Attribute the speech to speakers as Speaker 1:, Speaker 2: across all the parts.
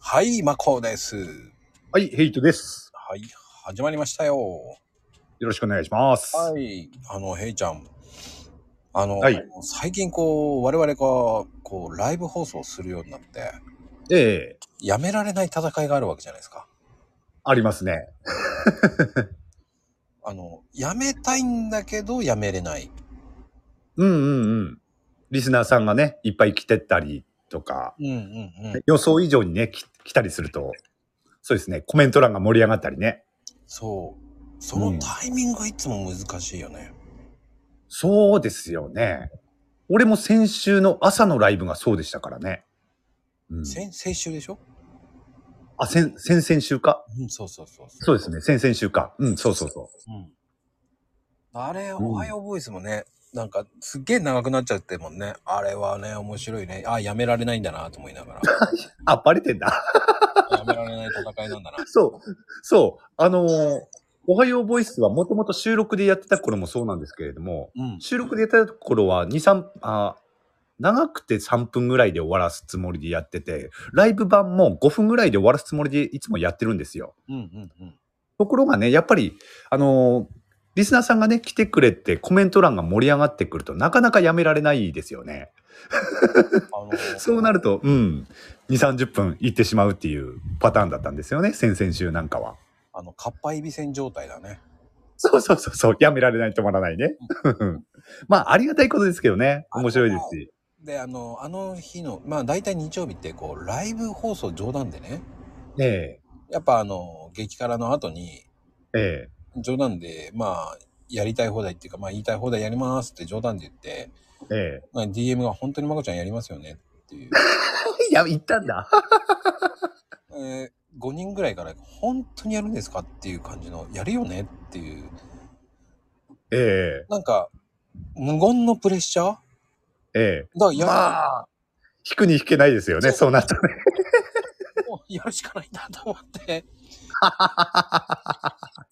Speaker 1: はい、マコです。
Speaker 2: はい、ヘイトです。
Speaker 1: はい、始まりましたよ。
Speaker 2: よろしくお願いします。
Speaker 1: はい、あの、ヘイちゃん。あの、
Speaker 2: はい
Speaker 1: 最近こう、我々が、こう、ライブ放送するようになって、
Speaker 2: ええ
Speaker 1: やめられない戦いがあるわけじゃないですか。
Speaker 2: ありますね。
Speaker 1: あの、やめたいんだけど、やめれない。
Speaker 2: うんうんうん。リスナーさんがね、いっぱい来てったりとか、
Speaker 1: うんうんうん。
Speaker 2: 予想以上にね、き来たりすると、そうですね、コメント欄が盛り上がったりね。
Speaker 1: そう。そのタイミングがいつも難しいよね。
Speaker 2: そうですよね。俺も先週の朝のライブがそうでしたからね。うん、
Speaker 1: 先先週でしょ
Speaker 2: あ、先、先々週か。
Speaker 1: うん、そうそうそうそう。
Speaker 2: そうですね、先々週か。うん、そうそうそう。
Speaker 1: うん。あれ、
Speaker 2: ん
Speaker 1: おはようボイスもね、なんかすっげえ長くなっちゃってもんね。あれはね、面白いね。あ、やめられないんだなと思いな が
Speaker 2: あ、バレてんだ。
Speaker 1: ら。やめられない戦いなんだな。
Speaker 2: そう、そう。あのーおはようボイスはもともと収録でやってた頃もそうなんですけれども、
Speaker 1: うん。
Speaker 2: 収録でやった頃は2、3、あ長くて3分ぐらいで終わらすつもりでやってて、ライブ版も5分ぐらいで終わらすつもりでいつもやってるんですよ。
Speaker 1: うんうんうん。
Speaker 2: ところがね、やっぱり、あのーリスナーさんがね、来てくれてコメント欄が盛り上がってくるとなかなかやめられないですよね。
Speaker 1: あのー
Speaker 2: そうなると、うん、2、30分いってしまうっていうパターンだったんですよね、先々週なんかは。
Speaker 1: あの、かっぱえびせん状態だね。
Speaker 2: そうそうそうそう、やめられない、止まらないね。 まあ、ありがたいことですけどね、面白いですし。
Speaker 1: で、あの、あの日の、まあ大体日曜日ってこう、ライブ放送冗談でね、
Speaker 2: え
Speaker 1: やっぱあの、激辛の後に、
Speaker 2: え、え
Speaker 1: 冗談で、まあ、やりたい放題っていうか、まあ言いたい放題やりますって冗談で言って、
Speaker 2: え、え
Speaker 1: まあ DM が本当にまこちゃんやりますよねっていう。
Speaker 2: え。い や、言ったんだ。
Speaker 1: えー、5人ぐらいから本当にやるんですかっていう感じのやるよねっていう
Speaker 2: え
Speaker 1: なんか無言のプレッシャーだか
Speaker 2: え、え
Speaker 1: ら
Speaker 2: え。
Speaker 1: や,、
Speaker 2: まあ、引くに引けないですよね、そうなったね。
Speaker 1: もうやるしかないんだと思って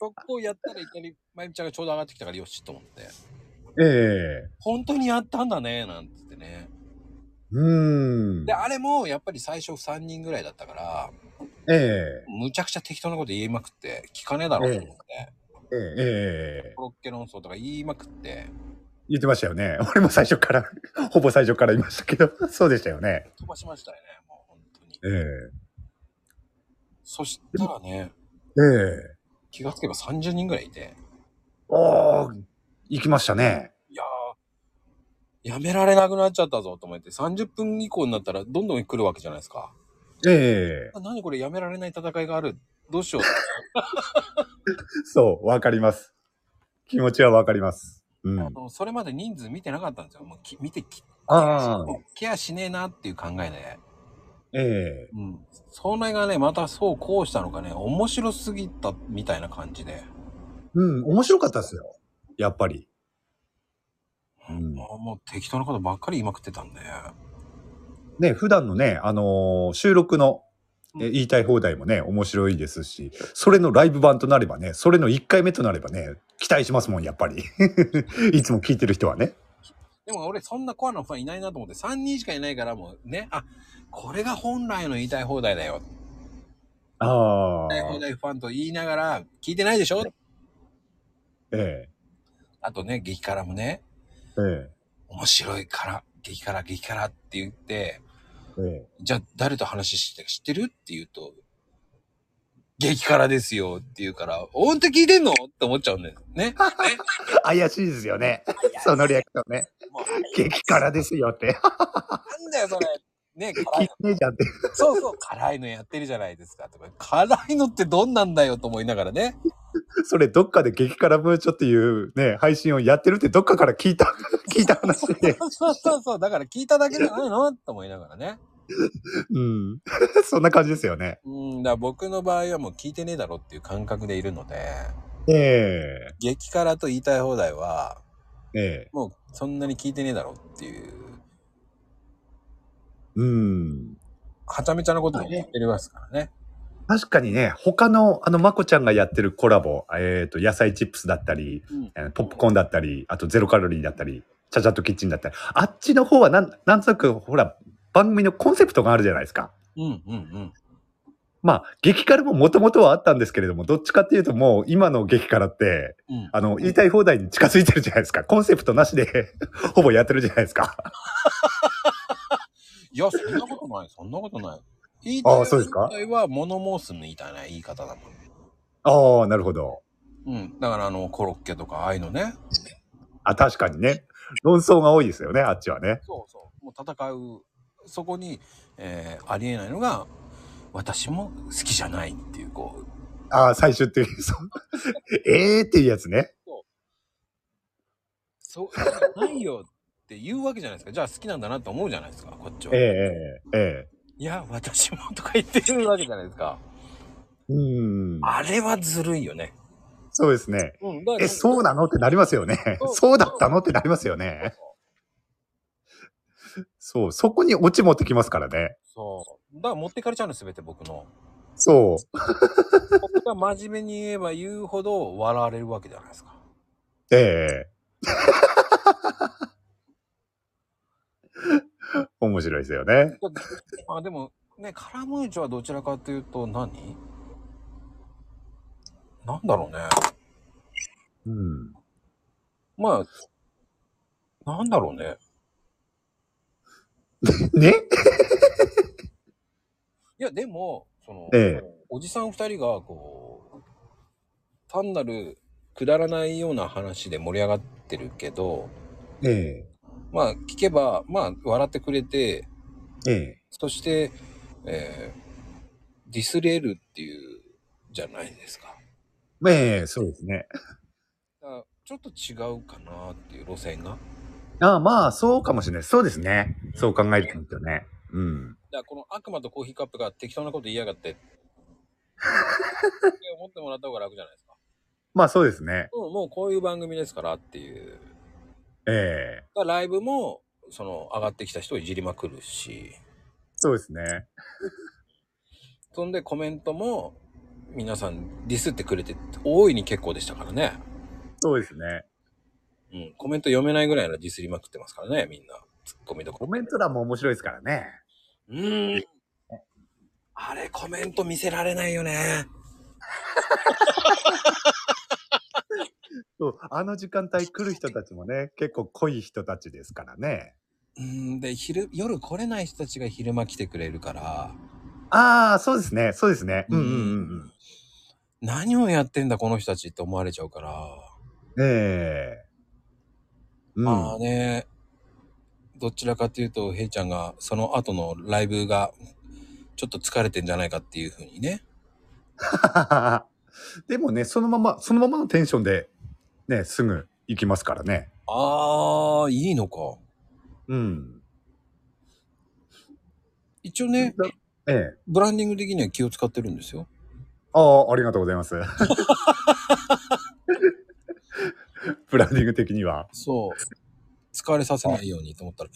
Speaker 1: そこをやったらいきなりまゆみちゃんがちょうど上がってきたからよしと思って
Speaker 2: ええ。
Speaker 1: 本当にやったんだねなんつってね
Speaker 2: うーん
Speaker 1: で。あれもやっぱり最初3人ぐらいだったから
Speaker 2: ええ、
Speaker 1: むちゃくちゃ適当なこと言いまくって聞かねえだろうと思って、
Speaker 2: ええ、ええ。
Speaker 1: コロッケ論争とか言いまくって
Speaker 2: 言ってましたよね。俺も最初から、 ほぼ最初から言いましたけど、 そうでしたよね。
Speaker 1: 飛ばしましたよねもう本当に
Speaker 2: ええ、
Speaker 1: そしたらね
Speaker 2: ええ。
Speaker 1: 気がつけば30人ぐらいいて、
Speaker 2: おー、行きましたね。
Speaker 1: いやー、やめられなくなっちゃったぞと思って、30分以降になったらどんどん来るわけじゃないですか。
Speaker 2: ええ。
Speaker 1: あ何これやめられない戦いがある。どうしよう。
Speaker 2: そう、わかります。気持ちはわかります。うん。
Speaker 1: あのそれまで人数見てなかったんですよ。もうき見てき
Speaker 2: ああ、
Speaker 1: ケアしねえなっていう考えで。
Speaker 2: ええ
Speaker 1: うん。それがね、またそうこうしたのかね、面白すぎたみたいな感じで。
Speaker 2: うん、面白かったですよ。やっぱり。うん
Speaker 1: もうもう適当なことばっかり言いまくってたんで。
Speaker 2: ね、普段のね、あのー収録の、
Speaker 1: う
Speaker 2: え
Speaker 1: ん
Speaker 2: 言いたい放題もね、面白いですし、それのライブ版となればね、それの1回目となればね、期待しますもん、やっぱり。 いつも聞いてる人はね。
Speaker 1: でも俺そんなコアなファンいないなと思って3人しかいないからもうね、あ、これが本来の言いたい放題だよ
Speaker 2: ああ、
Speaker 1: 大放題ファンと言いながら聞いてないでしょ
Speaker 2: え
Speaker 1: あとね激辛もね
Speaker 2: え、え
Speaker 1: 面白いから激辛激辛って言って
Speaker 2: え、え
Speaker 1: じゃあ誰と話して知ってるって言うと激辛ですよって言うから本当に聞いてんのって思っちゃうんだよね。
Speaker 2: え。怪しいですよね。そのリアクションね。
Speaker 1: もう
Speaker 2: 激辛ですよって。
Speaker 1: なんだよそれ。ね
Speaker 2: 聞
Speaker 1: 辛
Speaker 2: い
Speaker 1: い
Speaker 2: てねえじゃんって。
Speaker 1: そうそう辛いのやってるじゃないですかとか辛いのってどんなんだよと思いながらね
Speaker 2: それどっかで激辛ムーチョっていうね、配信をやってるってどっかから聞いた、 聞いた話で、
Speaker 1: そうそうそうだから聞いただけじゃないのと思いながらね
Speaker 2: うん。 そんな感じですよね。
Speaker 1: うんだから僕の場合はもう聞いてねえだろっていう感覚でいるので
Speaker 2: え
Speaker 1: 激辛と言いたい放題は
Speaker 2: えええ
Speaker 1: もうそんなに聞いてねえだろっていう
Speaker 2: うん。
Speaker 1: はちゃめちゃなことも言ってますからね
Speaker 2: 確かにね、他の、あの、まこちゃんがやってるコラボ、えっ、と、野菜チップスだったり、
Speaker 1: うん
Speaker 2: えーポップコーンだったり、あとゼロカロリーだったり、チャチャットキッチンだったり、あっちの方はなん、なんとなく、ほら、番組のコンセプトがあるじゃないですか。
Speaker 1: うんうんうん
Speaker 2: まあ、激辛ももともとはあったんですけれども、どっちかっていうともう今の激辛って、
Speaker 1: うん。
Speaker 2: あの、言いたい放題に近づいてるじゃないですか。コンセプトなしで、 ほぼやってるじゃないですか。
Speaker 1: いや、そんなことない、そんなことない。言いたい
Speaker 2: あーそうですか
Speaker 1: 言いたいは物申すみたいな言い方だも
Speaker 2: ああ、なるほど。
Speaker 1: ん。うん。だからあの、コロッケとかああいうのね。
Speaker 2: あ、確かにね。論争が多いですよね、あっちはね。
Speaker 1: そうそう。もう戦う。そこに、えーありえないのが、私も好きじゃないっていう、こう。
Speaker 2: ああ、最終的にそう。ええーっていうやつね。
Speaker 1: そう、ないよって言うわけじゃないですか。じゃあ好きなんだなって思うじゃないですか、こっちは。
Speaker 2: ええええええ
Speaker 1: いや、私もとか言ってるわけじゃないですか。
Speaker 2: うーん。
Speaker 1: あれはずるいよね。
Speaker 2: そうですね。
Speaker 1: うん、だ
Speaker 2: え、そうなのってなりますよね。
Speaker 1: そう
Speaker 2: そうだったのってなりますよね。そう、そこにオチ持ってきますからね。
Speaker 1: そう。だから持ってかれちゃうの、すべて僕の。
Speaker 2: そう。
Speaker 1: 僕が真面目に言えば言うほど笑われるわけじゃないですか。
Speaker 2: え え面白いですよね。
Speaker 1: だってまあでも、ね、カラムーチョはどちらかというと何なんだろうね。
Speaker 2: うん。
Speaker 1: まあ、なんだろうね。
Speaker 2: ね
Speaker 1: いや、でも、その、
Speaker 2: え
Speaker 1: おじさん二人が、こう、単なるくだらないような話で盛り上がってるけど、
Speaker 2: え
Speaker 1: まあ、聞けば、まあ、笑ってくれて、
Speaker 2: ええ
Speaker 1: そして、えーディスれるっていう、じゃないですか。
Speaker 2: えええそうですね。
Speaker 1: だからちょっと違うかなっていう路線が。だか
Speaker 2: ああまあ、そうかもしれない。そうですね。そう考えてますよね。うん。
Speaker 1: らこの悪魔とコーヒーカップが適当なこと言いやがって。って思ってもらった方が楽じゃないですか。
Speaker 2: まあ、そうですね。
Speaker 1: うん、もうこういう番組ですからっていう。
Speaker 2: ええ
Speaker 1: だからライブも、その、上がってきた人をいじりまくるし、
Speaker 2: そうですね。
Speaker 1: そんでコメントも、皆さんディスってくれて、大いに結構でしたからね。
Speaker 2: そうですね。
Speaker 1: うん、コメント読めないぐらいのディスりまくってますからね、みんな。ツッコミどこ
Speaker 2: コ
Speaker 1: ろ。
Speaker 2: メント欄も面白いですからね。
Speaker 1: うーん。あれ、コメント見せられないよね。
Speaker 2: そう、あの時間帯来る人たちもね、結構濃い人たちですからね。
Speaker 1: うん、で、昼、夜来れない人たちが昼間来てくれるから、
Speaker 2: ああ、そうですね。そうですね。うんうんうん
Speaker 1: 何をやってんだこの人たちって思われちゃうから、
Speaker 2: うん。ええうん。
Speaker 1: まあね、どちらかというと、ヘイちゃんがその後のライブがちょっと疲れてんじゃないかっていうふうにね。
Speaker 2: でもね、そのまま、そのままのテンションで、ね、すぐ行きますからね。
Speaker 1: ああ、いいのか。
Speaker 2: うん。
Speaker 1: 一応ね、
Speaker 2: だええ。
Speaker 1: ブランディング的には気を使ってるんですよ。
Speaker 2: ああ、ありがとうございます。 ブランディング的には。
Speaker 1: そう。疲れさせないようにと思ったら。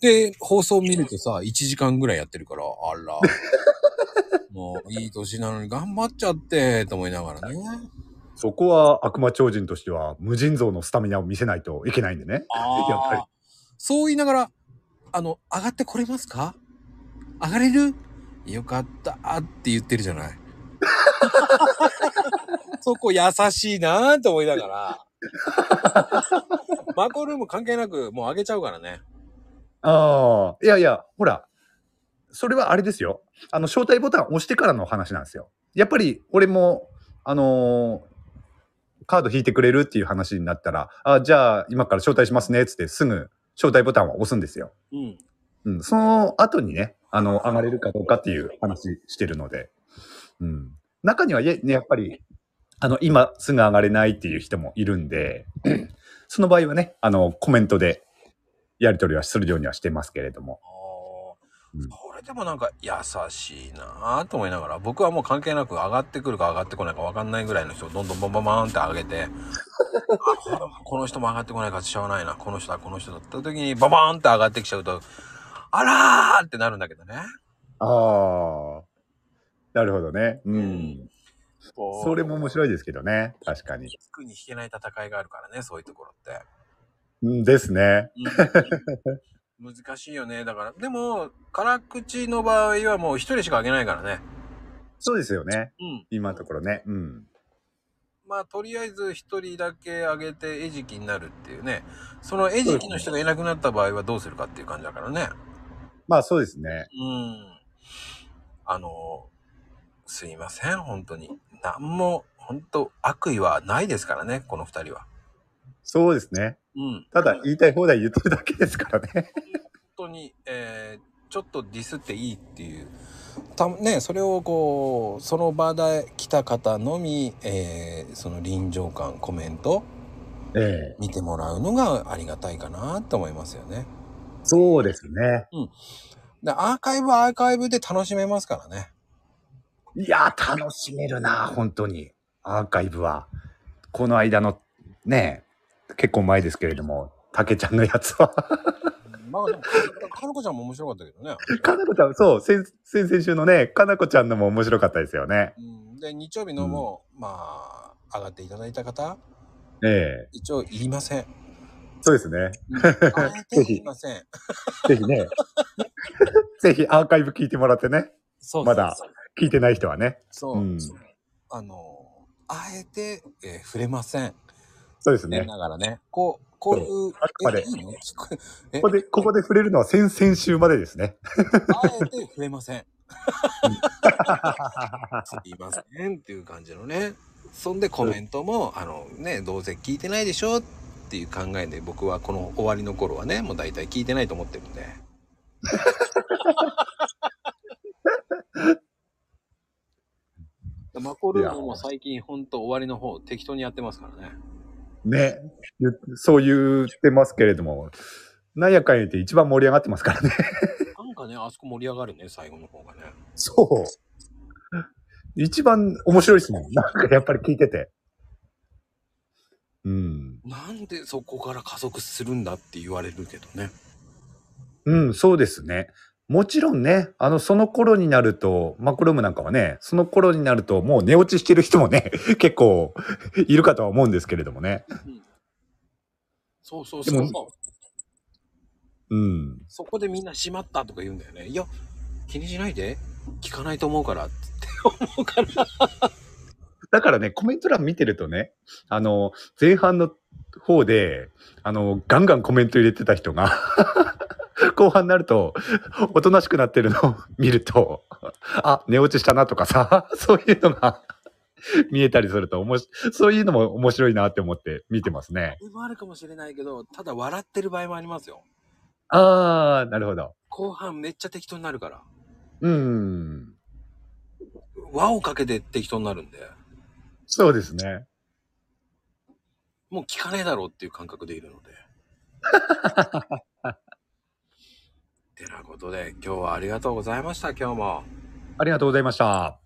Speaker 1: で、放送見るとさ、1時間ぐらいやってるから、あら。 もういい年なのに頑張っちゃって、と思いながらね。
Speaker 2: そこは悪魔超人としては無尽蔵のスタミナを見せないといけないんでね。
Speaker 1: あ
Speaker 2: やっぱり
Speaker 1: あ。そう言いながら、あの、上がってこれますか上がれるよかったって言ってるじゃ ない。そこ優しいなーと思いながら。マコルーム関係なく、もう上げちゃうからね。
Speaker 2: ああ、いやいや、ほら、それはあれですよ。あの、招待ボタン押してからの話なんですよ。やっぱり、俺も、あのーカード引いてくれるっていう話になったら、あじゃあ、今から招待しますね、っつって、すぐ、招待ボタンを押すんですよ。
Speaker 1: うん。
Speaker 2: うん、その後にね、あの、上がれるかどうかっていう話してるので、うん。中にはや、ね、やっぱり、あの、今すぐ上がれないっていう人もいるんで、 その場合はね、あの、コメントで、やり取りはするようにはしてますけれども。
Speaker 1: あ
Speaker 2: うん
Speaker 1: ーそれでもなんか優しいなぁと思いながら僕はもう関係なく上がってくるか上がってこないか分かんないぐらいの人をどんどんバンバンバーンって上げてあこれこの人も上がってこないからしょうがないなこの人だこの人だって時にババーンって上がってきちゃうとあらーってなるんだけどね
Speaker 2: ああ。なるほどね。うん。それも面
Speaker 1: い
Speaker 2: 白いですけどね。確かに。
Speaker 1: リスクに引けない戦いがあるからねそういうところって
Speaker 2: うん、ですね。
Speaker 1: うん 難しいよねだからでも辛口の場合はもう一人しか上げないからね
Speaker 2: そうですよね。
Speaker 1: うん。
Speaker 2: 今のところね。うん。
Speaker 1: まあ、とりあえず一人だけ上げて餌食になるっていうね。その餌食の人がいなくなった場合はどうするかっていう感じだからね。
Speaker 2: まあそうですね。
Speaker 1: うん。あの、すいません、本当に。なんも、本当悪意はないですからね、この二人は。
Speaker 2: そうですね。
Speaker 1: うん。
Speaker 2: ただ言いたい放題言ってるだけですからね。
Speaker 1: 本当に、えーちょっとディスっていいっていうたねそれをこうその場で来た方のみ、えーその臨場感コメント
Speaker 2: ええ。
Speaker 1: 見てもらうのがありがたいかなと思いますよね
Speaker 2: そうですね。
Speaker 1: でアーカイブはアーカイブで楽しめますからね
Speaker 2: いやー、楽しめるな、本当に。アーカイブは。この間の、ね、結構前ですけれども、たけちゃんのやつ は。
Speaker 1: まあでもかのこちゃんも面白かったけどね、
Speaker 2: かなこちゃん、そう、先先々週のね、かなこちゃんのも面白かったですよね。
Speaker 1: うん、で日曜日のも、まあ上がっていただいた方
Speaker 2: ええ。
Speaker 1: 一応言いま せん
Speaker 2: そうですね。
Speaker 1: あえて言いません
Speaker 2: ぜひ ね。ぜひアーカイブ聞いてもらって
Speaker 1: そ
Speaker 2: ね。
Speaker 1: うそうそう
Speaker 2: まだ聞いてない人はね。
Speaker 1: そう、
Speaker 2: うん
Speaker 1: あのあえて、えー触れません
Speaker 2: そうです
Speaker 1: 触れ
Speaker 2: ね。
Speaker 1: ながらねこうこういう
Speaker 2: あくまで
Speaker 1: えいいの聞くえ
Speaker 2: ここで、ここで触れるのは先々週までですね。
Speaker 1: あえて触れませんすいませんっていう感じのねそんでコメントも、あのねどうせ聞いてないでしょっていう考えで僕はこの終わりの頃はねもう大体聞いてないと思ってる んでマコルームも最近ほんと終わりの方適当にやってますからね
Speaker 2: ね。言っそう言ってますけれども、なんやかんや言って一番盛り上がってますからね。
Speaker 1: なんかねあそこ盛り上がるね最後の方がね
Speaker 2: そう。一番面白いですもん。なんかやっぱり聞いてて。うん。
Speaker 1: なんでそこから加速するんだって言われるけどね。
Speaker 2: うん、そうですね。もちろんね、あの、その頃になると、マクロームなんかはね、その頃になると、もう寝落ちしてる人もね、 結構いるかとは思うんですけれどもね。
Speaker 1: そうそうそ
Speaker 2: で
Speaker 1: う
Speaker 2: も。うん。
Speaker 1: そこでみんな閉まったとか言うんだよね。いや、気にしないで。聞かないと思うからって思うから。
Speaker 2: だからね、コメント欄見てるとね、あの、前半の方で、あの、ガンガンコメント入れてた人が、 後半になると、おとなしくなってるのを 見ると、あ、寝落ちしたなとかさ、 そういうのが見えたりすると、おもしそういうのも面白いなって思って見てますね。
Speaker 1: でもあるかもしれないけど、ただ笑ってる場合もありますよ。
Speaker 2: あー、なるほど。
Speaker 1: 後半めっちゃ適当になるから。
Speaker 2: うん。
Speaker 1: 輪をかけて適当になるんで、
Speaker 2: そうですね。
Speaker 1: もう聞かねえだろうっていう感覚でいるので。てなことで、今日はありがとうございました、今日も。
Speaker 2: ありがとうございました。